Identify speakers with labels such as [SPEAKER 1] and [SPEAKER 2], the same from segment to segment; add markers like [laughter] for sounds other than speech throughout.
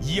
[SPEAKER 1] 以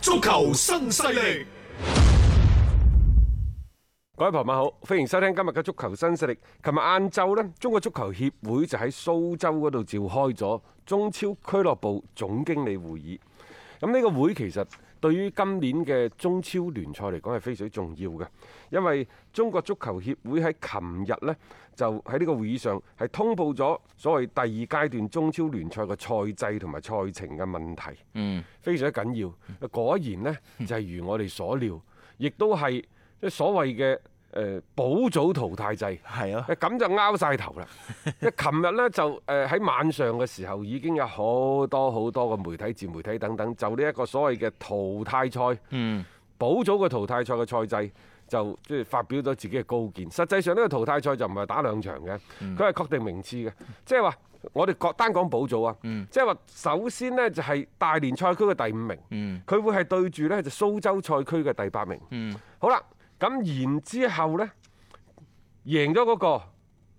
[SPEAKER 1] 足球新勢力，
[SPEAKER 2] 各位朋友好，歡迎收聽今日嘅足球新勢力。琴日晏晝呢，中國足球協會就喺蘇州嗰度召開咗中超俱樂部總經理會議。咁呢個會其實對於今年嘅中超聯賽嚟講係非常重要嘅，因為中國足球協會喺琴日呢，就喺呢個會議上係通報咗所謂第二階段中超聯賽嘅賽制同埋賽程嘅問題。
[SPEAKER 3] 嗯，
[SPEAKER 2] 非常之緊要。果然呢，就係如我哋所料，亦都係即係所謂嘅誒保早淘汰制。
[SPEAKER 3] 係咯，
[SPEAKER 2] 咁就拗晒頭啦！因為琴日呢，就誒喺晚上嘅時候已經有好多好多嘅媒體、自媒體等等，就呢一個所謂嘅淘汰賽、
[SPEAKER 3] 嗯，
[SPEAKER 2] 保組嘅淘汰賽嘅賽制，就即係發表咗自己嘅高見。實際上呢個淘汰賽就唔係打兩場嘅，
[SPEAKER 3] 嗯
[SPEAKER 2] 佢係確定名次嘅，即係話我哋各單講保組啊，即係話首先呢，就係大連賽區嘅第五名，
[SPEAKER 3] 嗯，
[SPEAKER 2] 佢會係對住呢就蘇州賽區嘅第八名。
[SPEAKER 3] 嗯，
[SPEAKER 2] 好啦，咁然之後呢，贏咗嗰、個，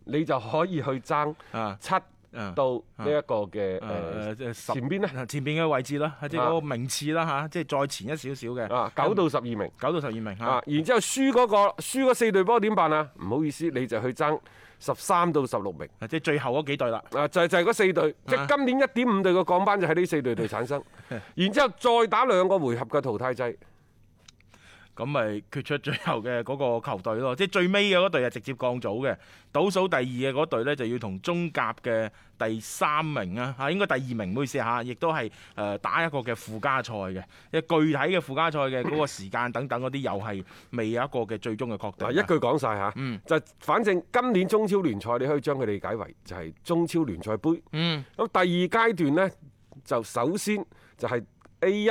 [SPEAKER 2] 你就可以去爭
[SPEAKER 3] 啊，
[SPEAKER 2] 七
[SPEAKER 3] 嗯，
[SPEAKER 2] 到呢一個嘅
[SPEAKER 3] 誒
[SPEAKER 2] 誒
[SPEAKER 3] 誒十啊
[SPEAKER 2] 前邊呢，
[SPEAKER 3] 前邊嘅位置啦，即係嗰個名次啦吓，即係再前一少少嘅，嗯
[SPEAKER 2] 啊九到十二名
[SPEAKER 3] 九到十二名
[SPEAKER 2] 啊
[SPEAKER 3] 嚇，，
[SPEAKER 2] 然之後輸嗰、個輸嗰四隊波點辦啊？唔好意思，你就去爭十三到十六名
[SPEAKER 3] 啊即係最後嗰幾隊啦，
[SPEAKER 2] 啊，就係就係嗰四隊，即係今年一點五隊嘅降班就喺呢四隊度產 [laughs] 生，然之後再打兩個回合嘅淘汰制。
[SPEAKER 3] 咁咪決出最後嘅嗰個球隊咯，即係最尾嘅嗰隊係直接降組嘅，倒數第二嘅嗰隊呢，就要同中甲嘅第三名啊，嚇應該第二名唔好意思嚇，亦都係誒打一個嘅附加賽嘅，即係具體嘅附加賽嘅嗰個時間等等嗰啲又係未有一個嘅最終嘅確
[SPEAKER 2] 嗱，
[SPEAKER 3] 定啊。
[SPEAKER 2] 一句講晒嚇，
[SPEAKER 3] 嗯
[SPEAKER 2] 就反正今年中超聯賽你可以將佢理解為就係中超聯賽杯。
[SPEAKER 3] 嗯
[SPEAKER 2] 咁第二階段呢，就首先就係 A 一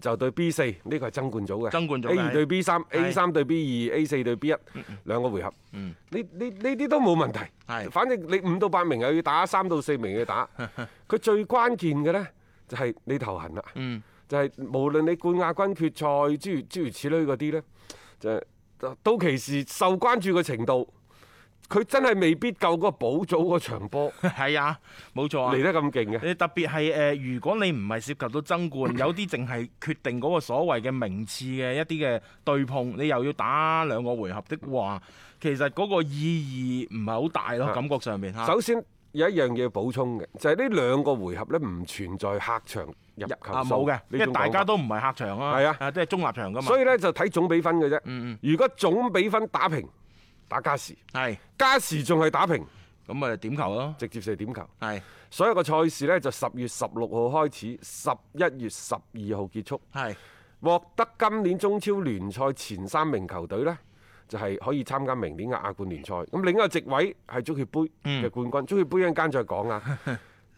[SPEAKER 2] 就對 B 四，呢個係爭冠組嘅。
[SPEAKER 3] 爭冠組
[SPEAKER 2] A
[SPEAKER 3] 嘅
[SPEAKER 2] 二
[SPEAKER 3] 係
[SPEAKER 2] 對 B 三，A
[SPEAKER 3] 係
[SPEAKER 2] 三對 B 二，A 四對 B 一，兩個回合。
[SPEAKER 3] 嗯
[SPEAKER 2] 呢呢呢啲都冇問題。
[SPEAKER 3] 係 [laughs]
[SPEAKER 2] 反正你五到八名又要打，三到四名又要打。佢最關鍵嘅呢，就係你頭痕啦。
[SPEAKER 3] 嗯
[SPEAKER 2] 就係無論你冠亞軍決賽諸如諸如此類嗰啲呢，就係到其時受關注嘅程度，佢真係未必夠嗰個保組嗰場波
[SPEAKER 3] 係啊，冇錯啊。
[SPEAKER 2] 嚟得咁勁嘅。
[SPEAKER 3] 你特別係誒、呃如果你唔係涉及到爭
[SPEAKER 2] [coughs]
[SPEAKER 3] 冠，有啲淨係決定嗰個所謂嘅名次嘅一啲嘅對碰，你又要打兩個回合的話，其實嗰個意義唔係好大咯，
[SPEAKER 2] 啊
[SPEAKER 3] 感覺上面嚇。
[SPEAKER 2] 首先有一樣嘢要補充嘅，就係呢兩個回合呢，唔存在客場入
[SPEAKER 3] 啊
[SPEAKER 2] 球數
[SPEAKER 3] 冇嘅，因
[SPEAKER 2] 呢
[SPEAKER 3] 為
[SPEAKER 2] 種
[SPEAKER 3] 大
[SPEAKER 2] 講
[SPEAKER 3] 家
[SPEAKER 2] 法
[SPEAKER 3] 都唔係客場啊，
[SPEAKER 2] 係啊
[SPEAKER 3] 即係中立場噶嘛。
[SPEAKER 2] 所以呢，就睇總比分嘅啫。
[SPEAKER 3] 嗯嗯
[SPEAKER 2] 如果總比分打平，打加時，
[SPEAKER 3] 係
[SPEAKER 2] 加時仲係打平，
[SPEAKER 3] 咁咪點球咯，
[SPEAKER 2] 直接射點球。
[SPEAKER 3] 係
[SPEAKER 2] 所有個賽事呢，就十月十六號開始，十一月十二號結束。
[SPEAKER 3] 係
[SPEAKER 2] 獲得今年中超聯賽前三名球隊呢，就係、可以參加明年嘅亞冠聯賽。咁另一個席位係足協杯嘅冠軍，足協杯一陣間再講啊。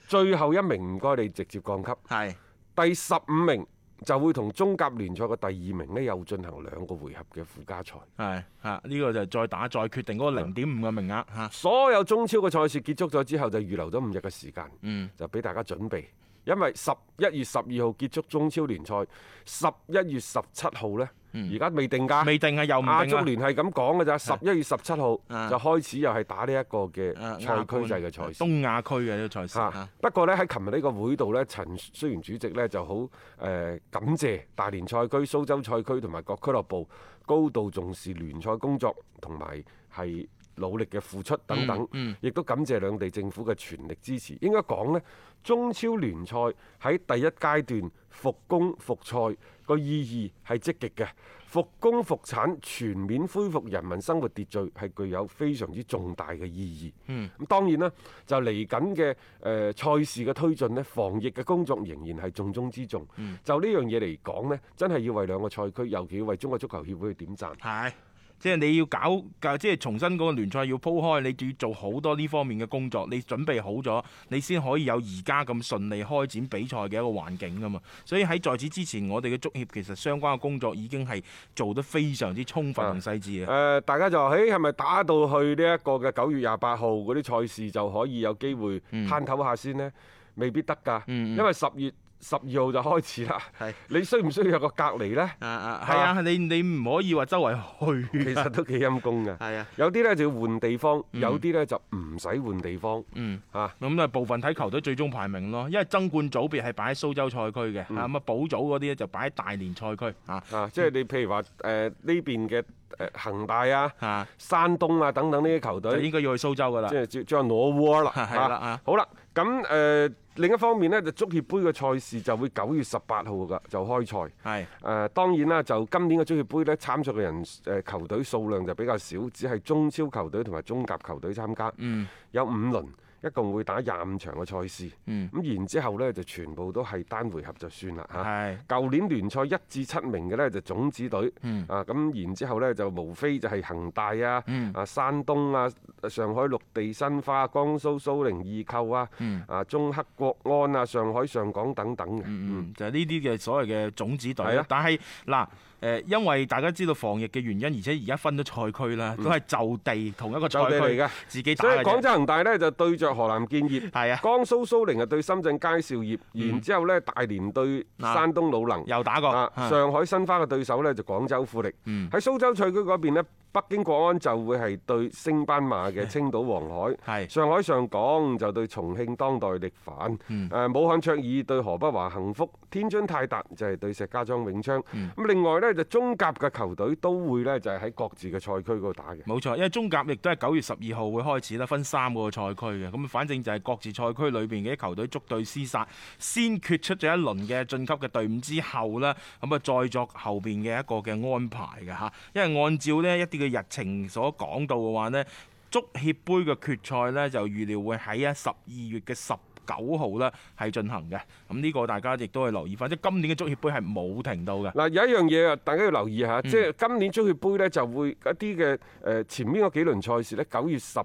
[SPEAKER 2] 最後一名唔該你直接降級，
[SPEAKER 3] 係
[SPEAKER 2] 第十五名就會同中甲聯賽嘅第二名呢，又進行兩個回合嘅附加賽。
[SPEAKER 3] 係嚇，呢個就再打再決定
[SPEAKER 2] 啊
[SPEAKER 3] 嗰個零點五嘅名額嚇。
[SPEAKER 2] 所有中超嘅賽事結束咗之後，就預留咗五日嘅時間，
[SPEAKER 3] 嗯
[SPEAKER 2] 就俾大家準備。因為十一月十二號結束中超聯賽，十一月十七號呢，而家未定㗎。
[SPEAKER 3] 嗯未定啊，又唔
[SPEAKER 2] 亞
[SPEAKER 3] 定
[SPEAKER 2] 足
[SPEAKER 3] 啊。
[SPEAKER 2] 聯係咁講嘅咋，十一月十七號
[SPEAKER 3] 啊
[SPEAKER 2] 就開始又係打呢一個嘅
[SPEAKER 3] 啊
[SPEAKER 2] 賽區制嘅賽
[SPEAKER 3] 亞冠
[SPEAKER 2] 事。啊
[SPEAKER 3] 東亞區嘅呢個賽事
[SPEAKER 2] 嚇
[SPEAKER 3] 嚇。！
[SPEAKER 2] 不過呢，喺琴日呢個會度呢，陳雖然主席呢就好誒、呃感謝大連賽區、蘇州賽區同埋各俱樂部高度重視聯賽工作同埋係努力嘅付出等等，
[SPEAKER 3] 嗯嗯
[SPEAKER 2] 亦都感謝兩地政府嘅全力支持。應該講呢，中超聯賽喺第一階段復工復賽個意義係積極嘅，復工復產全面恢復人民生活秩序係具有非常之重大嘅意義。嗯，咁當然啦，就嚟緊嘅誒賽事嘅推進呢，防疫嘅工作仍然係重中之重。就呢樣嘢嚟講呢，真係要為兩個賽區，尤其要為中國足球協會去點讚。
[SPEAKER 3] 係，即係你要搞，即係重新嗰個聯賽要鋪開，你要做好多呢方面嘅工作，你準備好咗，你先可以有而家咁順利開展比賽嘅一個環境噶嘛。所以喺在此之前，我哋嘅足協其實相關嘅工作已經係做得非常之充分同細
[SPEAKER 2] 誒、
[SPEAKER 3] 緻嘅。
[SPEAKER 2] 大家就話：，誒係咪打到去呢一個嘅九月廿八號嗰啲賽事就可以有機會攤唞下先呢？未必得㗎，
[SPEAKER 3] 嗯嗯嗯
[SPEAKER 2] 因為十月十二號就開始啦。
[SPEAKER 3] 係
[SPEAKER 2] 你需唔需要有個隔離呢？
[SPEAKER 3] 啊啊，係啊，你你唔可以話周圍去。
[SPEAKER 2] 其實都幾陰功㗎。
[SPEAKER 3] [laughs] 係啊，
[SPEAKER 2] 有啲呢就要換地方，有啲呢就唔使換地方。
[SPEAKER 3] 嗯。
[SPEAKER 2] 啊，
[SPEAKER 3] 咁啊，部分睇球隊最終排名咯，因為爭冠組別係擺喺蘇州賽區嘅，啊咁啊保組嗰啲咧就擺喺大連賽區啊
[SPEAKER 2] 啊，即係你譬如話誒呢邊嘅誒恒大啊、
[SPEAKER 3] 啊，
[SPEAKER 2] 山東啊等等呢啲球
[SPEAKER 3] 就
[SPEAKER 2] 隊
[SPEAKER 3] 應。該要去蘇州噶啦
[SPEAKER 2] 即。係即將攞窩啦，
[SPEAKER 3] 係啦
[SPEAKER 2] 啊
[SPEAKER 3] 啊
[SPEAKER 2] 好啦，咁誒、另一方面呢，就足協杯嘅賽事就會九月十八號㗎就開賽。誒、
[SPEAKER 3] 係
[SPEAKER 2] 當然啦，就今年嘅足協杯呢，參賽嘅人誒、球隊數量就比較少，只係中超球隊同埋中甲球隊參加。
[SPEAKER 3] 嗯
[SPEAKER 2] 有五輪，一共會打廿五場嘅賽事。
[SPEAKER 3] 嗯，
[SPEAKER 2] 咁然之後呢，就全部都係單回合就算啦啊嚇。
[SPEAKER 3] 係
[SPEAKER 2] 舊年聯賽一至七名嘅呢，就種子隊，
[SPEAKER 3] 嗯
[SPEAKER 2] 啊咁然之後呢，就無非就係恒大啊、
[SPEAKER 3] 嗯
[SPEAKER 2] 啊山東啊、上海綠地申花、江蘇蘇寧易購啊、
[SPEAKER 3] 嗯
[SPEAKER 2] 啊中黑國安啊、上海上港等等嘅。
[SPEAKER 3] 嗯，就係呢啲嘅所謂嘅種子隊
[SPEAKER 2] 係
[SPEAKER 3] 啦
[SPEAKER 2] 啊。
[SPEAKER 3] 但係嗱，誒，因為大家知道防疫嘅原因，而且而家分咗賽區啦，都係就地同一個
[SPEAKER 2] 嗯就
[SPEAKER 3] 賽
[SPEAKER 2] 地嚟
[SPEAKER 3] 區
[SPEAKER 2] 嘅
[SPEAKER 3] 自己打
[SPEAKER 2] 所以
[SPEAKER 3] 嘅
[SPEAKER 2] 廣
[SPEAKER 3] 啫。
[SPEAKER 2] 州恒大呢，就對着河南建業，
[SPEAKER 3] 係嗯啊，
[SPEAKER 2] 江蘇蘇寧啊對深圳佳兆業，然之後呢，大連對山東魯能。
[SPEAKER 3] 又打過。
[SPEAKER 2] 啊，
[SPEAKER 3] 啊
[SPEAKER 2] 上海申花嘅對手呢，就廣州富力，
[SPEAKER 3] 嗯
[SPEAKER 2] 喺蘇州賽區嗰邊呢，北京國安就會係對升班馬嘅青島黃海，
[SPEAKER 3] 係
[SPEAKER 2] 上海上港就對重慶當代力帆，誒、
[SPEAKER 3] 嗯
[SPEAKER 2] 武漢卓爾對河北華幸福，天津泰達就係對石家莊永昌。咁、
[SPEAKER 3] 嗯
[SPEAKER 2] 另外呢，就中甲嘅球隊都會呢，就係喺各自嘅賽區嗰度打嘅。
[SPEAKER 3] 冇錯，因為中甲亦都係九月十二號會開始啦，分三個賽區嘅，咁反正就係各自賽區裏邊嘅啲球隊捉對廝殺，先決出咗一輪嘅晉級嘅隊伍之後呢，咁啊再作後邊嘅一個嘅安排嘅嚇，因為按照呢一啲嘅日程所講到嘅話呢，足協杯嘅決賽呢，就預料會喺啊十二月嘅十。九號呢係進行嘅，咁呢個大家亦都係留意翻，即係今年嘅足協杯係冇停到嘅。
[SPEAKER 2] 嗱，有一樣嘢啊，大家要留意下，
[SPEAKER 3] 嗯
[SPEAKER 2] 即係今年足協杯呢，就會一啲嘅誒前面嗰幾輪賽事呢，九月十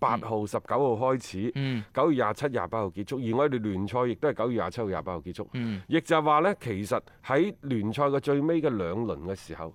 [SPEAKER 2] 八號、十九號開始，九、
[SPEAKER 3] 嗯
[SPEAKER 2] 月廿七、廿八號結束，而我哋聯賽亦都係九月廿七號、廿八號結束，
[SPEAKER 3] 嗯
[SPEAKER 2] 亦就係話呢，其實喺聯賽嘅最尾嘅兩輪嘅時候，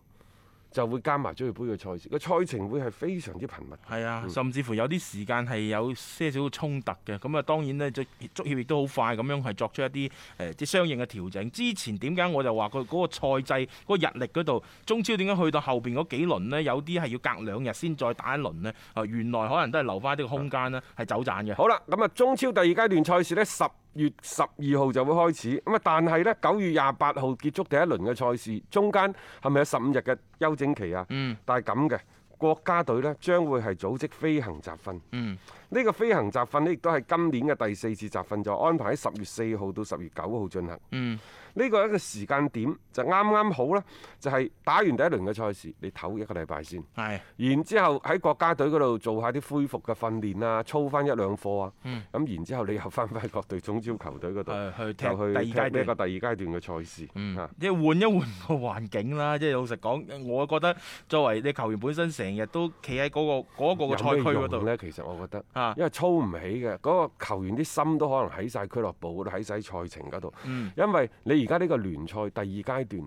[SPEAKER 2] 就會加埋足協杯嘅賽事，個賽程會係非常之頻密。
[SPEAKER 3] 係啊，甚至乎有啲時間係有些少衝突嘅。咁啊，當然呢，足足協亦都好快咁樣係作出一啲誒即係相應嘅調整。之前點解我就話個嗰個賽制嗰個日曆嗰度，中超點解去到後邊嗰幾輪呢？有啲係要隔兩日先再打一輪呢？啊，原來可能都係留翻啲個空間呢，係走盞嘅。
[SPEAKER 2] 好啦，咁啊，中超第二階段賽事呢，十月十二號就會開始。咁啊，但係呢，九月廿八號結束第一輪嘅賽事，中間係咪有十五日嘅休整期啊？
[SPEAKER 3] 嗯
[SPEAKER 2] 但係咁嘅，國家隊呢將會係組織飛行集訓。
[SPEAKER 3] 嗯，
[SPEAKER 2] 呢個飛行集訓呢，亦都係今年嘅第四次集訓，就安排喺十月四號到十月九號進行。
[SPEAKER 3] 嗯，
[SPEAKER 2] 呢個一個時間點就啱啱好呢，就係打完第一輪嘅賽事，你唞一個禮拜先。
[SPEAKER 3] 係
[SPEAKER 2] 然之後喺國家隊嗰度做下啲恢復嘅訓練啊，操翻一兩課啊，咁、然之後你又翻翻國隊中超球隊嗰度，
[SPEAKER 3] 嗯係去踢
[SPEAKER 2] 就去
[SPEAKER 3] 第二階
[SPEAKER 2] 踢呢
[SPEAKER 3] 段嗯
[SPEAKER 2] 一。個第二階段嘅賽事。啊
[SPEAKER 3] 即係換一換個環境啦，即係老實講，我覺得作為你球員本身成日都企喺嗰個嗰、個
[SPEAKER 2] 有
[SPEAKER 3] 個賽
[SPEAKER 2] 咩
[SPEAKER 3] 區嗰
[SPEAKER 2] 用
[SPEAKER 3] 度，
[SPEAKER 2] 呢？其實我覺得，
[SPEAKER 3] 啊
[SPEAKER 2] 因為操唔起嘅，嗰、個球員啲心都可能喺晒俱樂部嗰度，喺晒賽程嗰度。
[SPEAKER 3] 嗯
[SPEAKER 2] 因為你而家呢個聯賽第二階段，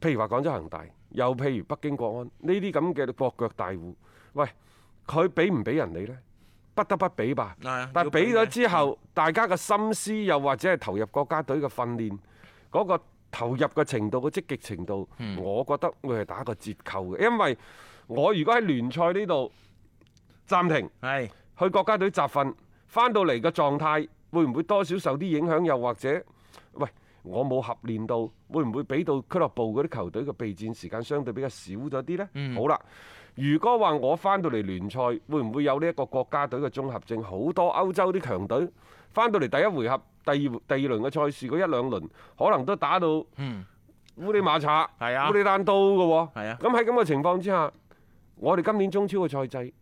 [SPEAKER 2] 譬如話廣州恒大，又譬如北京國安呢啲咁嘅國腳大戶，喂，佢俾唔俾人你呢？不得不俾吧。
[SPEAKER 3] 係啊
[SPEAKER 2] 但係
[SPEAKER 3] 要
[SPEAKER 2] 俾
[SPEAKER 3] 嘅
[SPEAKER 2] 咗之後，大家嘅心思又或者係投入國家隊嘅訓練嗰、個投入嘅程度、個積極程度，
[SPEAKER 3] 嗯
[SPEAKER 2] 我覺得會係打個折扣嘅，因為我如果喺聯賽呢度暫停
[SPEAKER 3] 係。
[SPEAKER 2] 去國家隊集訓，翻到嚟嘅狀態會唔會多少受啲影響？又或者喂？我冇合練到，
[SPEAKER 3] 嗯
[SPEAKER 2] 會唔會俾到俱樂部嗰啲球隊嘅備戰時間相對比較少咗啲呢？好啦，如果話我翻到嚟聯賽，會唔會有呢一個國家隊嘅綜合症？好多歐洲啲強隊翻到嚟第一回合、第二第二輪嘅賽事嗰一兩輪，可能都打到
[SPEAKER 3] 嗯
[SPEAKER 2] 烏里馬查、
[SPEAKER 3] 係啊
[SPEAKER 2] 烏里單刀嘅喎。
[SPEAKER 3] 係啊
[SPEAKER 2] 咁喺咁嘅情況之下，我哋今年中超嘅賽制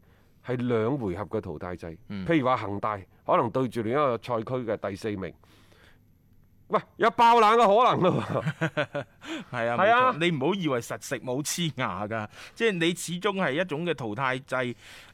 [SPEAKER 2] 係兩回合嘅淘汰制。
[SPEAKER 3] 嗯
[SPEAKER 2] 譬如話恒大可能對住另一個賽區嘅第四名，喂有爆冷嘅可能咯喎。
[SPEAKER 3] 係啊，
[SPEAKER 2] 係啊
[SPEAKER 3] 冇錯你唔好以為實食冇黐牙㗎，即係你始終係一種嘅淘汰制。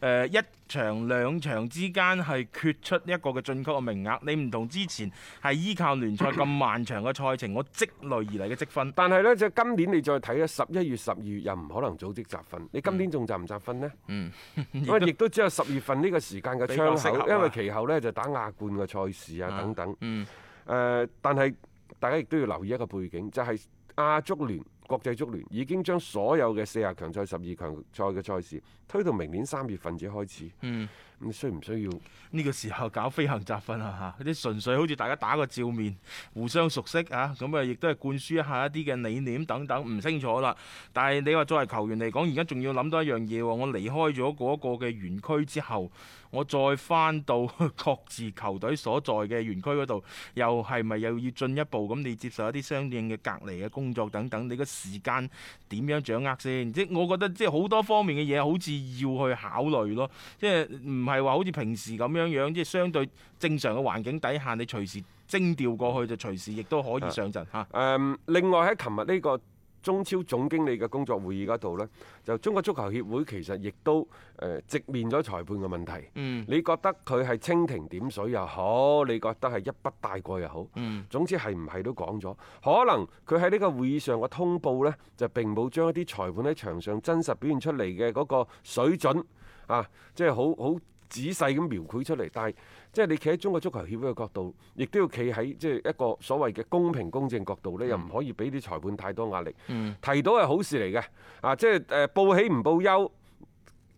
[SPEAKER 3] 誒、一場兩場之間係決出一個嘅進級嘅名額，你唔同之前係依靠聯賽咁漫長嘅賽程，我積累而嚟嘅積分。
[SPEAKER 2] 嗯但係呢，就今年你再睇咧，十一月、十二月又唔可能組織集訓，你今年仲集唔集訓呢？
[SPEAKER 3] 嗯， [laughs]
[SPEAKER 2] 因為亦都只有十月份呢個時間嘅窗
[SPEAKER 3] 比較適合
[SPEAKER 2] 口，
[SPEAKER 3] 啊
[SPEAKER 2] 因為其後呢就打亞冠嘅賽事啊等等。
[SPEAKER 3] 嗯，
[SPEAKER 2] 誒、但係大家亦都要留意一個背景，就係、亞足聯、國際足聯已經將所有嘅四十強賽、十二強賽嘅賽事推到明年三月份至開始。
[SPEAKER 3] 嗯，
[SPEAKER 2] 咁需唔需要？
[SPEAKER 3] 呢、個時候搞飛行集訓啊嚇，啲純粹好似大家打個照面，互相熟悉啊，咁啊亦都係灌輸一下一啲嘅理念等等，唔清楚啦。但係你話作為球員嚟講，而家仲要諗多一樣嘢喎，我離開咗嗰個嘅園區之後，我再翻到 [laughs] 各自球隊所在嘅園區嗰度，又係咪又要進一步咁你接受一啲相應嘅隔離嘅工作等等，你個時間點樣掌握先？即係我覺得即係好多方面嘅嘢，好似要去考慮咯。即係唔係話好似平時咁樣樣，即係相對正常嘅環境底下，你隨時徵調過去就隨時亦都可以上陣嚇。
[SPEAKER 2] 誒、嗯另外喺琴日呢個中超總經理嘅工作會議嗰度呢，就中國足球協會其實亦都誒、呃直面咗裁判嘅問題。
[SPEAKER 3] 嗯
[SPEAKER 2] 你覺得佢係蜻蜓點水又好，你覺得係一筆帶過又好，
[SPEAKER 3] 嗯
[SPEAKER 2] 總之係唔係都講咗。可能佢喺呢個會議上嘅通報呢，就並冇將一啲裁判喺場上真實表現出嚟嘅嗰個水準啊，即係好好仔細咁描繪出嚟。但係即係你企喺中國足球協會嘅角度，亦都要企喺即係一個所謂嘅公平公正角度呢，又唔可以俾啲裁判太多壓力。
[SPEAKER 3] 嗯
[SPEAKER 2] 提到係好事嚟嘅，啊，即係誒、呃、報喜唔報憂，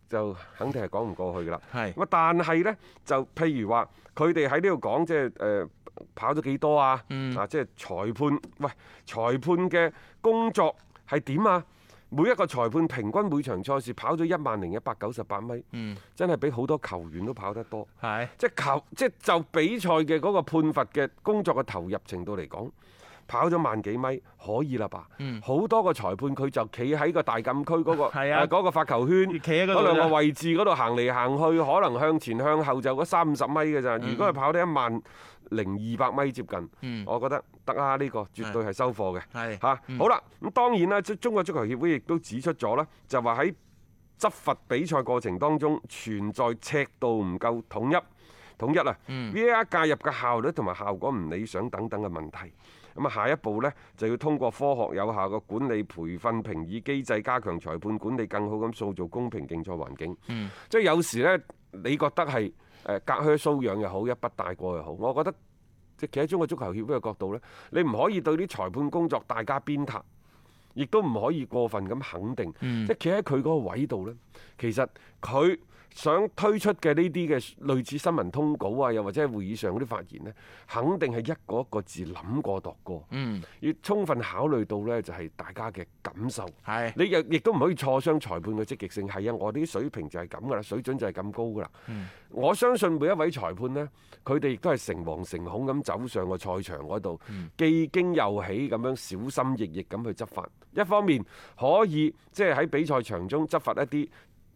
[SPEAKER 2] 就肯定係講唔過去㗎啦。
[SPEAKER 3] 係
[SPEAKER 2] 咁啊，但係呢，就譬如話，佢哋喺呢度講，即係誒跑咗幾多啊？
[SPEAKER 3] 嗯
[SPEAKER 2] 啊，即係裁判，喂，裁判嘅工作係點啊？每一個裁判平均每場賽事跑咗一萬零一百九十八米，
[SPEAKER 3] 嗯
[SPEAKER 2] 真係比好多球員都跑得多。
[SPEAKER 3] 係
[SPEAKER 2] 即係球，即係就比賽嘅嗰個判罰嘅工作嘅投入程度嚟講，跑咗萬幾米可以啦吧
[SPEAKER 3] 嗯？
[SPEAKER 2] 好、多個裁判佢就企喺個大禁區嗰、個
[SPEAKER 3] [laughs] 係啊
[SPEAKER 2] 呃嗰個發球圈。
[SPEAKER 3] 企喺嗰
[SPEAKER 2] 嗰
[SPEAKER 3] 度
[SPEAKER 2] 兩
[SPEAKER 3] 啫
[SPEAKER 2] 個位置嗰度行嚟行去，可能向前向後就嗰三五十米嘅咋。如果係跑得一萬零二百米接近，
[SPEAKER 3] 嗯
[SPEAKER 2] 我覺得得啊，呢、個絕對係收貨嘅。
[SPEAKER 3] 係嗯
[SPEAKER 2] 嚇、好啦，咁當然啦，即中國足球協會亦都指出咗啦，就話喺執罰比賽過程當中存在尺度唔夠統一。統一啊，VAR
[SPEAKER 3] 嗯
[SPEAKER 2] 介入嘅效率同埋效果唔理想等等嘅問題。咁啊，下一步呢，就要通過科學有效嘅管理、培訓、評議機制，加強裁判管理，更好咁塑造公平競賽環境。
[SPEAKER 3] 嗯
[SPEAKER 2] 即係有時呢，你覺得係誒隔靴搔癢又好，一筆帶過又好，我覺得即係企喺中國足球協會嘅角度呢，你唔可以對啲裁判工作大家鞭撻，亦都唔可以過分咁肯定。
[SPEAKER 3] 嗯
[SPEAKER 2] 即係企喺佢嗰個位度呢，其實佢想推出嘅呢啲嘅類似新聞通稿啊，又或者係會議上嗰啲發言呢，肯定係一個一個字諗過度過，
[SPEAKER 3] 嗯
[SPEAKER 2] 要充分考慮到呢，就係大家嘅感受。
[SPEAKER 3] 係
[SPEAKER 2] 你又亦都唔可以挫傷裁判嘅積極性。係啊，我啲水平就係咁噶啦，水準就係咁高噶啦。我相信每一位裁判呢，佢哋亦都係誠惶誠恐咁走上個賽場嗰度，既驚又喜咁樣小心翼翼咁去執法。一方面可以即係喺比賽場中執罰一啲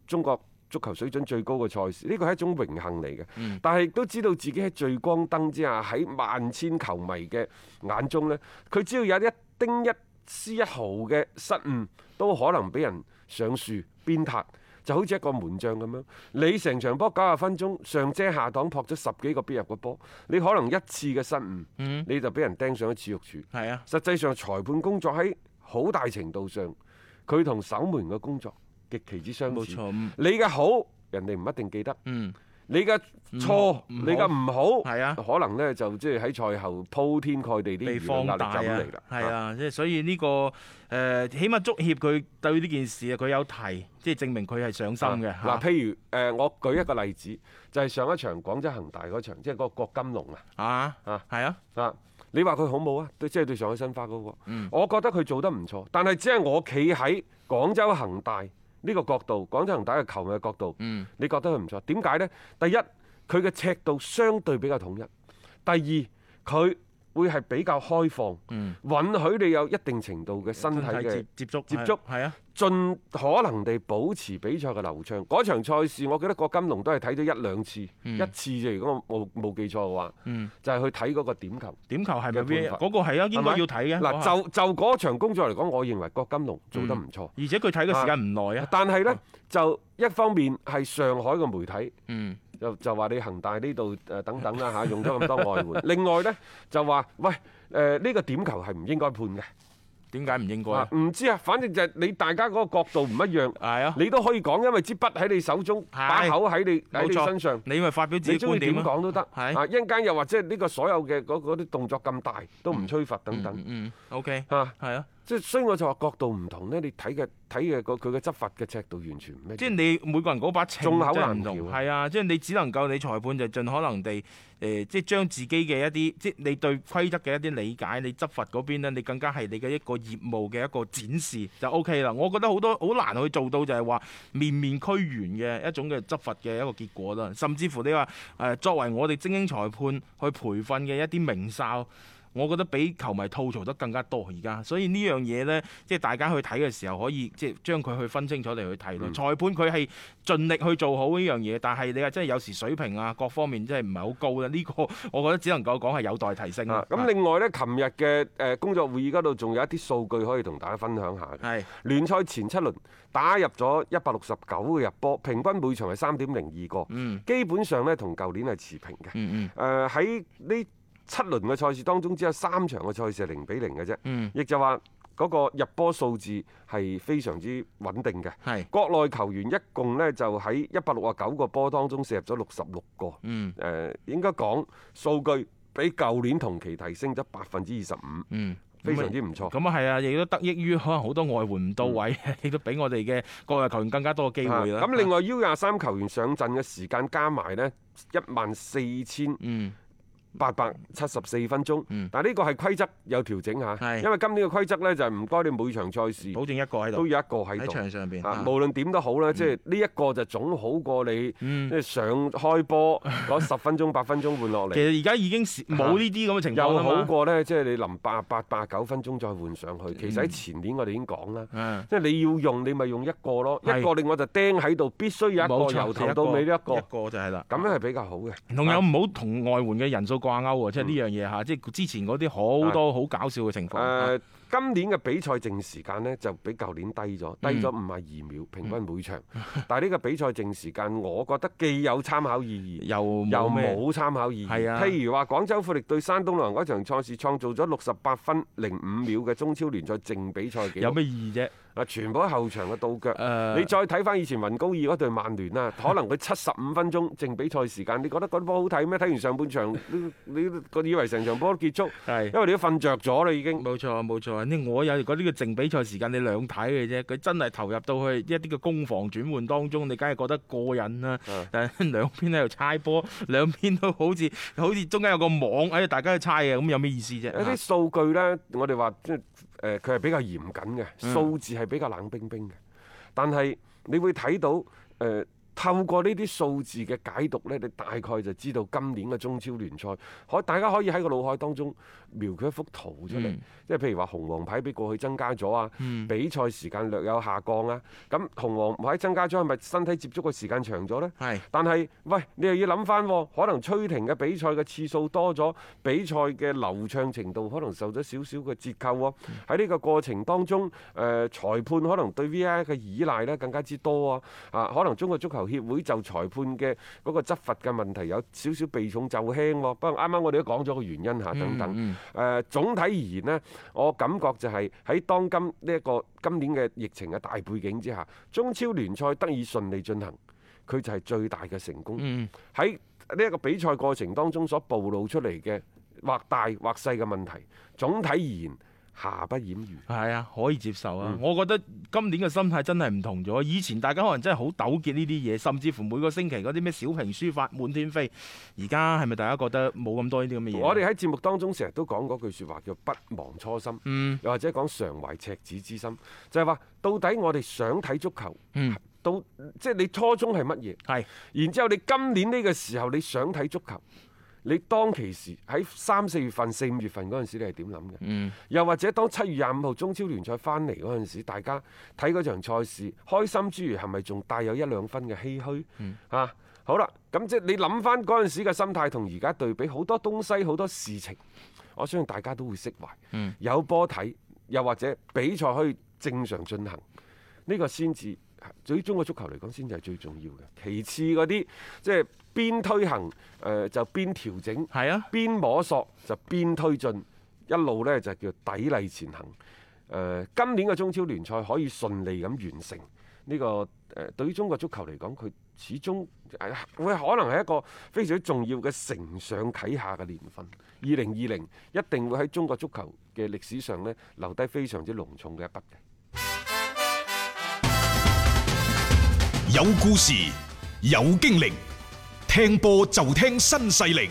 [SPEAKER 2] 中國足球水準最高嘅賽事，呢個係一種榮幸嚟嘅。但係亦都知道自己喺聚光燈之下，喺萬千球迷嘅眼中呢，佢只要有一丁一絲一毫嘅失誤，都可能俾人上樹鞭撻。就好似一個門將咁樣，你成場波九十分鐘上遮下擋撲咗十幾個必入嘅波，你可能一次嘅失誤，
[SPEAKER 3] 嗯
[SPEAKER 2] 你就俾人釘上咗恥辱柱。
[SPEAKER 3] 係啊，
[SPEAKER 2] 實際上裁判工作喺好大程度上，佢同守門嘅工作極其之相
[SPEAKER 3] 冇
[SPEAKER 2] 似。
[SPEAKER 3] 錯，嗯
[SPEAKER 2] 你嘅好，人哋唔一定記得；
[SPEAKER 3] 嗯
[SPEAKER 2] 你嘅錯，
[SPEAKER 3] 唔好
[SPEAKER 2] 你嘅唔好，
[SPEAKER 3] 係啊
[SPEAKER 2] 可能呢就即係喺賽後鋪天蓋地啲
[SPEAKER 3] 被
[SPEAKER 2] 輿
[SPEAKER 3] 放
[SPEAKER 2] 論壓力
[SPEAKER 3] 大啊，
[SPEAKER 2] 就咁嚟啦。
[SPEAKER 3] 係啊，即係所以呢、個誒、起碼足協佢對呢件事啊，佢有提，即係證明佢係上心嘅
[SPEAKER 2] 啊
[SPEAKER 3] 嚇
[SPEAKER 2] 嗱，譬如誒，我舉一個例子，就係上一場廣州恒大嗰場，即係嗰個郭金龍啊。
[SPEAKER 3] 啊
[SPEAKER 2] 啊
[SPEAKER 3] 係啊，
[SPEAKER 2] 啊！你話佢好冇啊？對即係對上海申花嗰、個，
[SPEAKER 3] 嗯
[SPEAKER 2] 我覺得佢做得唔錯，但係只係我企喺廣州恒大呢個角度，廣州恒大嘅球迷嘅角度，
[SPEAKER 3] 嗯
[SPEAKER 2] 你覺得佢唔錯？點解呢？第一，佢嘅尺度相對比較統一；第二，佢會係比較開放，
[SPEAKER 3] 嗯
[SPEAKER 2] 允許你有一定程度嘅身體
[SPEAKER 3] 身
[SPEAKER 2] 嘅
[SPEAKER 3] 體接接觸
[SPEAKER 2] 接觸，
[SPEAKER 3] 係啊，
[SPEAKER 2] 盡可能地保持比賽嘅流暢。嗰場賽事，我記得郭金龍都係睇咗一兩次，一次啫。如果我冇冇記錯嘅話，
[SPEAKER 3] 嗯
[SPEAKER 2] 就係去睇嗰個點球。
[SPEAKER 3] 點球係咪
[SPEAKER 2] 嘅判
[SPEAKER 3] V？
[SPEAKER 2] 罰
[SPEAKER 3] 嗰個係啊，應該要睇嘅。
[SPEAKER 2] 係咪嗱，就就嗰場工作嚟講，我認為郭金龍做得唔錯。
[SPEAKER 3] 而且佢睇嘅時間唔耐啊。
[SPEAKER 2] 但係呢，就一方面係上海嘅媒體
[SPEAKER 3] 嗯，
[SPEAKER 2] 就就話你恒大呢度誒等等啦嚇，用咗咁多外
[SPEAKER 3] [laughs]
[SPEAKER 2] 援。另外呢，就話喂誒呢、個點球係唔應該判嘅。
[SPEAKER 3] 點解唔應該
[SPEAKER 2] 啊
[SPEAKER 3] 啊？
[SPEAKER 2] 唔、知啊，反正就係你大家嗰個角度唔一樣。
[SPEAKER 3] 係啊，
[SPEAKER 2] 你都可以講，因為支筆喺你手中，把口喺你喺
[SPEAKER 3] 冇
[SPEAKER 2] 你
[SPEAKER 3] 錯
[SPEAKER 2] 身上，
[SPEAKER 3] 你咪發表自
[SPEAKER 2] 你
[SPEAKER 3] 己
[SPEAKER 2] 中
[SPEAKER 3] 觀
[SPEAKER 2] 意點
[SPEAKER 3] 點啊。
[SPEAKER 2] 講都得。
[SPEAKER 3] 係
[SPEAKER 2] 啊，一陣間又或者呢個所有嘅嗰嗰啲動作咁大，都唔吹罰等等
[SPEAKER 3] 嗯。嗯，OK，
[SPEAKER 2] 嚇，
[SPEAKER 3] 係啊，
[SPEAKER 2] 即係所以我就話角度唔同呢，你睇嘅睇嘅個佢嘅執法嘅尺度完全唔一樣。
[SPEAKER 3] 即係你每個人嗰把尺
[SPEAKER 2] 眾口
[SPEAKER 3] 真係
[SPEAKER 2] 難
[SPEAKER 3] 唔同
[SPEAKER 2] 調啊
[SPEAKER 3] 係啊，即係你只能夠你裁判就盡可能地誒、呃即係將自己嘅一啲，即係你對規則嘅一啲理解，你執法嗰邊咧，你更加係你嘅一個業務嘅一個展示就 O K 啦。我覺得好多好難去做到就係話面面俱圓嘅一種嘅執法嘅一個結果啦。甚至乎你話誒、呃作為我哋精英裁判去培訓嘅一啲名哨。我覺得比球迷吐槽得更加多而家，所以呢樣嘢呢，即係大家去睇嘅時候，可以即係將佢去分清楚嚟去睇咯。
[SPEAKER 2] 嗯
[SPEAKER 3] 裁判佢係盡力去做好呢樣嘢，但係你話真係有時水平啊各方面真係唔係好高啦。呢、個 [laughs] 我覺得只能夠講係有待提升啦
[SPEAKER 2] 啊，咁另外呢，琴日嘅誒工作會議嗰度仲有一啲數據可以同大家分享下嘅。
[SPEAKER 3] 係
[SPEAKER 2] 聯賽前七輪打入咗一百六十九個入波，平均每場係三點零二個，
[SPEAKER 3] 嗯
[SPEAKER 2] 基本上呢，同舊年係持平嘅。
[SPEAKER 3] 嗯
[SPEAKER 2] 誒喺呢七輪嘅賽事當中，只有三場嘅賽事係零比零嘅啫，
[SPEAKER 3] 嗯
[SPEAKER 2] 亦就話嗰個入波數字係非常之穩定嘅。
[SPEAKER 3] 嗯係
[SPEAKER 2] 國內球員一共呢，就喺一百六啊九個波當中射入咗六十六個，誒、
[SPEAKER 3] 嗯
[SPEAKER 2] 呃應該講數據比舊年同期提升咗百分之二十五，
[SPEAKER 3] 嗯。
[SPEAKER 2] 非常之唔錯。嗯
[SPEAKER 3] 咁啊係啊，亦都得益於可能好多外援唔到位， [laughs] 亦都俾我哋嘅國內球員更加多嘅機
[SPEAKER 2] 啊
[SPEAKER 3] 會啦。
[SPEAKER 2] 咁另外 U 廿三球員上陣嘅時間加埋呢，一萬四千
[SPEAKER 3] 嗯
[SPEAKER 2] 八百七十四分鐘，
[SPEAKER 3] 嗯
[SPEAKER 2] 但係呢個係規則有調整下，
[SPEAKER 3] 係
[SPEAKER 2] 因為今年嘅規則呢，就係唔該你每場賽事
[SPEAKER 3] 保證一個喺
[SPEAKER 2] 都
[SPEAKER 3] 度
[SPEAKER 2] 有一個喺
[SPEAKER 3] 喺
[SPEAKER 2] 度，
[SPEAKER 3] 場上邊
[SPEAKER 2] 啊
[SPEAKER 3] 啊，
[SPEAKER 2] 無論點都好啦，即係呢一個就總好過你即
[SPEAKER 3] 嗯
[SPEAKER 2] 係上開波嗰十分鐘八分鐘換落
[SPEAKER 3] [laughs] 其
[SPEAKER 2] 嚟，
[SPEAKER 3] 實而家已經少冇呢啲咁嘅情
[SPEAKER 2] 啊
[SPEAKER 3] 況啊
[SPEAKER 2] 又
[SPEAKER 3] 啦嘛
[SPEAKER 2] 好過呢，即係你臨八八八九分鐘再換上去。其實喺前年我哋已經講啦。
[SPEAKER 3] 嗯
[SPEAKER 2] 即係你要用，你咪用一個咯，
[SPEAKER 3] 係
[SPEAKER 2] 一個令我就釘喺度，必須有一
[SPEAKER 3] 冇
[SPEAKER 2] 個
[SPEAKER 3] 錯
[SPEAKER 2] 由
[SPEAKER 3] 係
[SPEAKER 2] 頭
[SPEAKER 3] 一
[SPEAKER 2] 到尾呢一個，啊
[SPEAKER 3] 一個就係啦。
[SPEAKER 2] 咁樣係比較好嘅。啊
[SPEAKER 3] 同有唔好同外援嘅人數掛鈎喎，即係呢樣嘢嚇，即係之前嗰啲好
[SPEAKER 2] 啊
[SPEAKER 3] 多好搞笑嘅情況。
[SPEAKER 2] 誒、今年嘅比賽淨時間呢，就比舊年低咗，
[SPEAKER 3] 嗯
[SPEAKER 2] 低咗五十二秒平均每場。 [laughs] 但係呢個比賽淨時間，我覺得既有參考意義。
[SPEAKER 3] [laughs] 又
[SPEAKER 2] 又
[SPEAKER 3] 冇咩？
[SPEAKER 2] 冇參考意義。
[SPEAKER 3] 係啊
[SPEAKER 2] 譬如話廣州富力對山東魯能嗰場賽事，創造咗六十八分零五秒嘅中超聯賽淨比賽紀錄。
[SPEAKER 3] 有咩意義啫？
[SPEAKER 2] 啊，全部喺後場嘅倒腳。
[SPEAKER 3] 誒
[SPEAKER 2] 你再睇翻以前雲高爾嗰隊曼聯
[SPEAKER 3] [laughs]
[SPEAKER 2] 啊，可能佢七十五分鐘淨比賽時間，你覺得嗰啲波好睇咩？睇完上半場，你你個以為成場波都結束，
[SPEAKER 3] 係
[SPEAKER 2] 因為你都瞓着咗啦已經。
[SPEAKER 3] 冇錯冇錯，呢我有嗰啲嘅淨比賽時間你兩睇嘅啫，佢真係投入到去一啲嘅攻防轉換當中，你梗係覺得過癮啦
[SPEAKER 2] 嗯。
[SPEAKER 3] 但係兩邊喺度猜波，兩邊都好似好似中間有個網，哎大家去猜嘅，咁有咩意思啫？啊
[SPEAKER 2] 有啲數據呢，我哋話即係誒，佢係比較嚴謹嘅，數字係比較冷冰冰嘅。但係你會睇到誒、呃透過呢啲數字嘅解讀呢，你大概就知道今年嘅中超聯賽，可大家可以喺個腦海當中描繪一幅圖出嚟，即係譬如話紅黃牌比過去增加咗啊，比賽時間略有下降啊。咁紅黃牌增加咗，係咪身體接觸嘅時間長咗呢？
[SPEAKER 3] 係
[SPEAKER 2] 但係，喂，你又要諗翻，可能吹停嘅比賽嘅次數多咗，比賽嘅流暢程度可能受咗少少嘅折扣喎。喺呢個過程當中，誒、裁判可能對 VI 嘅依賴咧更加之多啊。啊，可能中國足球協會就裁判嘅嗰個執罰嘅問題有少少避重就輕喎。不過啱啱我哋都講咗個原因嚇，等等。誒、
[SPEAKER 3] 嗯
[SPEAKER 2] 總體而言呢，我感覺就係喺當今呢一個今年嘅疫情嘅大背景之下，中超聯賽得以順利進行。佢就係最大嘅成功。
[SPEAKER 3] 嗯。
[SPEAKER 2] 喺呢一個比賽過程當中所暴露出嚟嘅或大或細嘅問題，總體而言瑕不掩瑜。
[SPEAKER 3] 係啊，可以接受啊！我覺得今年嘅心態真係唔同咗。以前大家可能真係好糾結呢啲嘢，甚至乎每個星期嗰啲咩小評書法滿天飛。而家係咪大家覺得冇咁多呢啲咁嘅嘢？
[SPEAKER 2] 我哋喺節目當中成日都講嗰句説話叫不忘初心，
[SPEAKER 3] 嗯
[SPEAKER 2] 又或者講常懷赤子之心，就係、話到底我哋想睇足球，
[SPEAKER 3] 嗯
[SPEAKER 2] 到即係你初衷係乜嘢？
[SPEAKER 3] 係
[SPEAKER 2] 然之後你今年呢個時候你想睇足球，你當其時喺三四月份、四五月份嗰陣時你係點諗嘅？
[SPEAKER 3] 嗯
[SPEAKER 2] 又或者當七月廿五號中超聯賽翻嚟嗰陣時，大家睇嗰場賽事，開心之餘係咪仲帶有一兩分嘅唏噓？
[SPEAKER 3] 嗯
[SPEAKER 2] 啊，好啦，咁即係你諗翻嗰陣時嘅心態同而家對比，好多東西好多事情，我相信大家都會釋懷。
[SPEAKER 3] 嗯
[SPEAKER 2] 有波睇，又或者比賽可以正常進行，呢、個先至。對於中國足球嚟講，先至係最重要嘅。其次嗰啲即係邊推行，誒、就邊調整，
[SPEAKER 3] 係啊，
[SPEAKER 2] 邊摸索就邊推進，一路呢就叫砥砺前行。誒、呃今年嘅中超聯賽可以順利咁完成呢、個誒、對於中國足球嚟講，佢始終誒會可能係一個非常之重要嘅承上啟下嘅年份。二零二零一定會喺中國足球嘅歷史上呢留低非常之濃重嘅一筆嘅。
[SPEAKER 1] 有故事，有經歷，聽波就聽新勢力。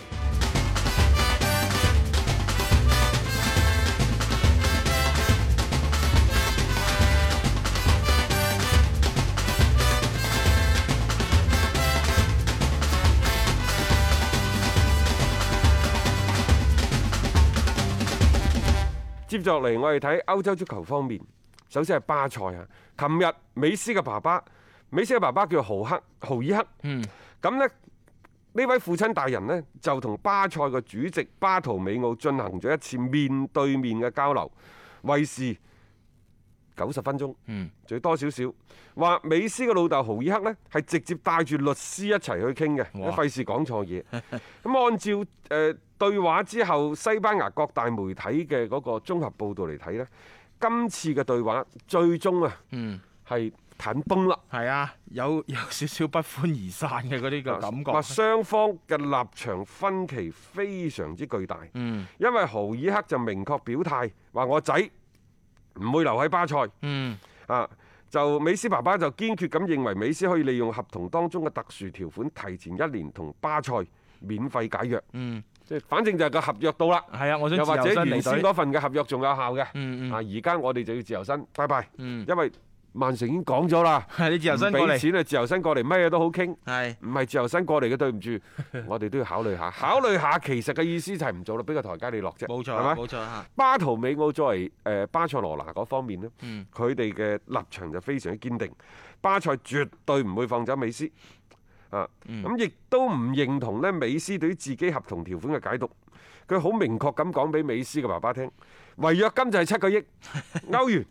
[SPEAKER 2] 接落嚟，我哋睇歐洲足球方面，首先係巴塞啊。琴日美斯嘅爸爸，美斯嘅爸爸叫豪克豪爾克。嗯。咁呢，呢位父親大人呢，就同巴塞嘅主席巴圖美奧進行咗一次面對面嘅交流，為時九十分鐘，
[SPEAKER 3] 嗯，
[SPEAKER 2] 最多少少。話美斯嘅老豆豪爾克呢，係直接帶住律師一齊去傾嘅，
[SPEAKER 3] 哇
[SPEAKER 2] 費事講錯嘢。咁按照誒、呃、對話之後，西班牙各大媒體嘅嗰個綜合報導嚟睇呢，今次嘅對話最終啊
[SPEAKER 3] 嗯，
[SPEAKER 2] 係坦崩啦，
[SPEAKER 3] 係啊，有 [laughs] 有少少不歡而散嘅嗰啲嘅感
[SPEAKER 2] 話
[SPEAKER 3] 覺。
[SPEAKER 2] 雙方嘅立場分歧非常之巨大，
[SPEAKER 3] 嗯
[SPEAKER 2] 因為豪爾克就明確表態話我仔唔會留喺巴塞
[SPEAKER 3] 嗯
[SPEAKER 2] 啊。就美斯爸爸就堅決咁認為美斯可以利用合同當中嘅特殊條款，提前一年同巴塞免費解約，
[SPEAKER 3] 嗯，
[SPEAKER 2] 即係反正就係個合約到啦。
[SPEAKER 3] 係啊，我想
[SPEAKER 2] 又或
[SPEAKER 3] 自
[SPEAKER 2] 者
[SPEAKER 3] 由身
[SPEAKER 2] 原
[SPEAKER 3] 離
[SPEAKER 2] 先
[SPEAKER 3] 隊。
[SPEAKER 2] 嗰份嘅合約仲有效嘅，
[SPEAKER 3] 嗯
[SPEAKER 2] 啊
[SPEAKER 3] 嗯
[SPEAKER 2] 而家我哋就要自由身，拜拜，
[SPEAKER 3] 嗯，
[SPEAKER 2] 因為曼城已經講咗啦，
[SPEAKER 3] 係你自由身
[SPEAKER 2] 唔
[SPEAKER 3] 過
[SPEAKER 2] 俾
[SPEAKER 3] 嚟。
[SPEAKER 2] 錢啊，自由身過嚟咩都好傾，
[SPEAKER 3] 係
[SPEAKER 2] 唔係自由身過嚟嘅對唔住，我哋都要考慮下，考慮下其實嘅意思就係唔做啦，俾個台階你落啫，
[SPEAKER 3] 冇錯，
[SPEAKER 2] 係咪？
[SPEAKER 3] 冇錯嚇。
[SPEAKER 2] 巴圖美奧作為誒巴塞羅那嗰方面呢
[SPEAKER 3] 嗯，
[SPEAKER 2] 佢哋嘅立場就非常之堅定，巴塞絕對唔會放走美斯啊！咁亦都唔認同呢美斯對於自己合同條款嘅解讀，佢好明確咁講俾美斯嘅爸爸聽，違約金就係七個
[SPEAKER 3] [laughs]
[SPEAKER 2] 億歐元。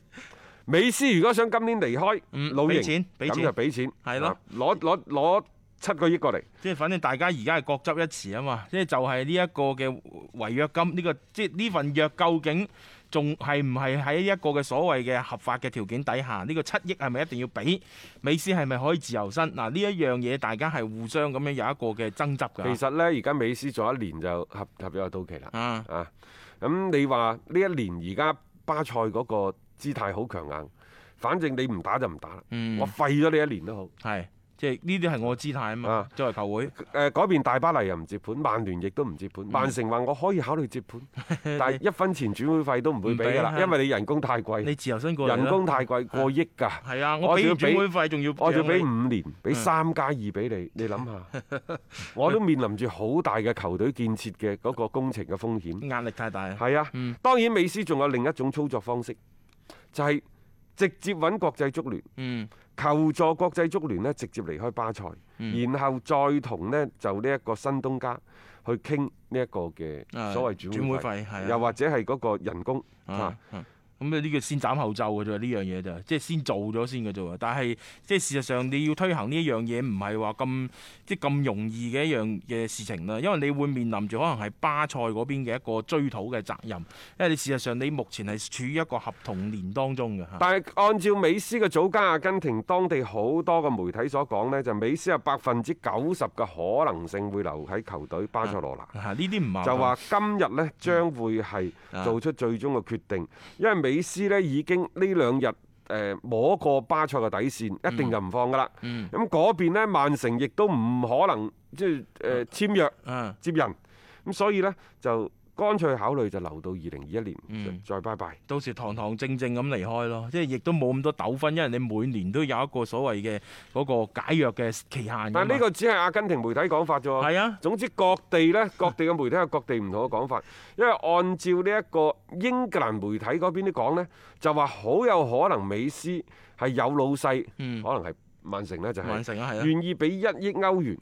[SPEAKER 2] 美斯如果想今年離開
[SPEAKER 3] 嗯
[SPEAKER 2] 老
[SPEAKER 3] 俾
[SPEAKER 2] 營
[SPEAKER 3] 錢，俾
[SPEAKER 2] 咁
[SPEAKER 3] 錢
[SPEAKER 2] 就俾錢，
[SPEAKER 3] 係咯
[SPEAKER 2] 啊，攞攞攞七個億過嚟。
[SPEAKER 3] 即係反正大家而家係各執一詞啊嘛，即係就係呢一個嘅違約金，呢、個即係呢份約究竟仲係唔係喺一個嘅所謂嘅合法嘅條件底下？呢、個七億係咪一定要俾？美斯係咪可以自由身？嗱呢一樣嘢大家係互相咁樣有一個嘅爭執
[SPEAKER 2] 其
[SPEAKER 3] 㗎。
[SPEAKER 2] 實呢，而家美斯仲有一年就合合約就到期啦。
[SPEAKER 3] 啊，
[SPEAKER 2] 啊，咁你話呢一年而家巴塞嗰個姿態好強硬，反正你唔打就唔打啦，
[SPEAKER 3] 嗯
[SPEAKER 2] 我廢咗你一年都好。
[SPEAKER 3] 係即係呢啲係我嘅姿態啊嘛
[SPEAKER 2] 啊，
[SPEAKER 3] 作為球會，
[SPEAKER 2] 誒、嗰邊大巴黎又唔接盤，曼聯亦都唔接盤，
[SPEAKER 3] 嗯
[SPEAKER 2] 曼城話我可以考慮接
[SPEAKER 3] [laughs]
[SPEAKER 2] 盤，但係一分錢轉會費都唔會俾㗎
[SPEAKER 3] 唔
[SPEAKER 2] 啦，
[SPEAKER 3] 俾啊
[SPEAKER 2] 因為你人工太貴
[SPEAKER 3] 你，自由身過嚟啦
[SPEAKER 2] 人工太貴過億㗎。
[SPEAKER 3] 係啊，
[SPEAKER 2] 我
[SPEAKER 3] [laughs] 我俾
[SPEAKER 2] 仲
[SPEAKER 3] 完
[SPEAKER 2] 要俾
[SPEAKER 3] 轉會費仲要嗯
[SPEAKER 2] 我要俾
[SPEAKER 3] 獎
[SPEAKER 2] 五
[SPEAKER 3] 你
[SPEAKER 2] 年，俾三加二俾你，你諗下，
[SPEAKER 3] [laughs]
[SPEAKER 2] 我都面臨住好大嘅球隊建設嘅嗰個工程嘅風險。
[SPEAKER 3] 壓力太大啊。
[SPEAKER 2] 係啊，
[SPEAKER 3] 嗯
[SPEAKER 2] 當然美斯仲有另一種操作方式，就係、直接揾國際足聯
[SPEAKER 3] 嗯
[SPEAKER 2] 求助國際足聯呢，直接離開巴塞，
[SPEAKER 3] 嗯
[SPEAKER 2] 然後再同呢就呢一個新東家去傾呢一個嘅
[SPEAKER 3] 啊
[SPEAKER 2] 所謂轉
[SPEAKER 3] 轉
[SPEAKER 2] 會
[SPEAKER 3] 會費係啊
[SPEAKER 2] 又或者係嗰個人工
[SPEAKER 3] 啊，啊咁呢個先斬後奏嘅啫，呢樣嘢就即係先做咗先嘅啫喎。但係即係事實上你要推行呢一樣嘢，唔係話咁即係咁容易嘅一樣嘅事情啦，因為你會面臨住可能係巴塞嗰邊嘅一個追討嘅責任，因為你事實上你目前係處於一個合同年當中嘅嚇。
[SPEAKER 2] 但係按照美斯嘅祖家阿根廷當地好多個媒體所講呢，就美斯有百分之九十嘅可能性會留喺球隊巴塞羅那。
[SPEAKER 3] 啊呢啲唔係
[SPEAKER 2] 就話今日呢將會係做出最終嘅決定，因為美斯呢已經呢兩日。誒摸過巴塞嘅底線，一定就唔放噶啦。
[SPEAKER 3] 嗯
[SPEAKER 2] 咁嗰、邊呢，曼城亦都唔可能即係誒簽約
[SPEAKER 3] 嗯
[SPEAKER 2] 接人，咁所以呢，就乾脆考慮就留到二零二一年、再拜拜。
[SPEAKER 3] 到時堂堂正正咁離開咯，即係亦都冇咁多糾紛，因為你每年都有一個所謂嘅嗰個解約嘅期限㗎嘛。
[SPEAKER 2] 但係呢個只係阿根廷媒體講法啫喎。
[SPEAKER 3] 啊係啊
[SPEAKER 2] 總之各地呢， [laughs] 各地嘅媒體有各地唔同嘅講法，因為按照呢一個英格蘭媒體嗰邊啲講呢，就話好有可能美斯係有老細，
[SPEAKER 3] 嗯
[SPEAKER 2] 可能係曼城呢，就
[SPEAKER 3] 曼城啊係
[SPEAKER 2] 係
[SPEAKER 3] 啊
[SPEAKER 2] 願意俾一億歐元，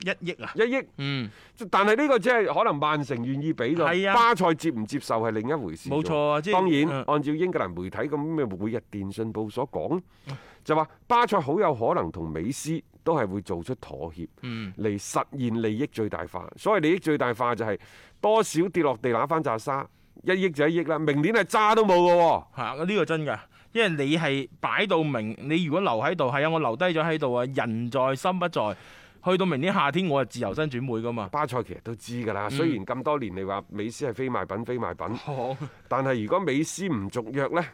[SPEAKER 3] 一億啊，
[SPEAKER 2] 一億。
[SPEAKER 3] 嗯，
[SPEAKER 2] 但係呢個只係可能曼城願意俾
[SPEAKER 3] 係
[SPEAKER 2] 咗，
[SPEAKER 3] 啊
[SPEAKER 2] 巴塞接唔接受係另一回事啫。
[SPEAKER 3] 冇錯啊即係
[SPEAKER 2] 當然
[SPEAKER 3] 嗯
[SPEAKER 2] 按照英格蘭媒體咁嘅每日電訊報所講，
[SPEAKER 3] 嗯
[SPEAKER 2] 就話巴塞好有可能同美斯都係會做出妥協，
[SPEAKER 3] 嗯
[SPEAKER 2] 嚟實現利益最大化。所謂利益最大化就係多少跌落地揦翻扎沙，一億就一億啦。明年係渣都冇嘅喎。
[SPEAKER 3] 係啊，呢、個真㗎，因為你係擺到明，你如果留喺度，係啊，我留低咗喺度啊，人在心不在。去到明年夏天，我係自由身轉會㗎嘛。
[SPEAKER 2] 巴塞其實都知㗎
[SPEAKER 3] 嗯
[SPEAKER 2] 啦，雖然咁多年你話美斯係非賣品，非賣品。但係如果美斯唔續約呢，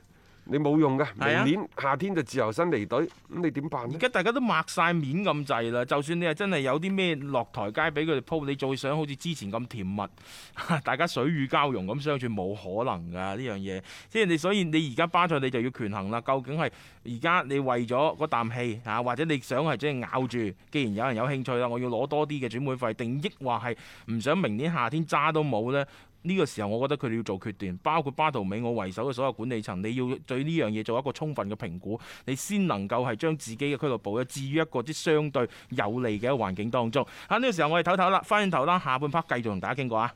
[SPEAKER 2] 你冇用嘅。
[SPEAKER 3] 係啊
[SPEAKER 2] 明年夏天就自由身離隊，咁你點辦
[SPEAKER 3] 而
[SPEAKER 2] 呢？
[SPEAKER 3] 家大家都擘晒面咁滯啦，就算你係真係有啲咩落台階俾佢哋鋪，你再想好似之前咁甜蜜， [laughs] 大家水乳交融咁相處，冇可能噶呢樣嘢。即係你所以你而家巴塞你就要權衡啦，究竟係而家你為咗嗰啖氣啊，或者你想係即係咬住，既然有人有興趣啦，我要攞多啲嘅轉會費，定抑或係唔想明年夏天渣都冇呢？呢個時候，我覺得佢哋要做決斷，包括巴圖美我為首嘅所有管理層，你要對呢樣嘢做一個充分嘅評估，你先能夠係將自己嘅俱樂部咧置於一個啲相對有利嘅環境當中。喺呢個時候，我哋唞唞啦，翻轉頭啦，下半 part 繼續同大家傾過啊。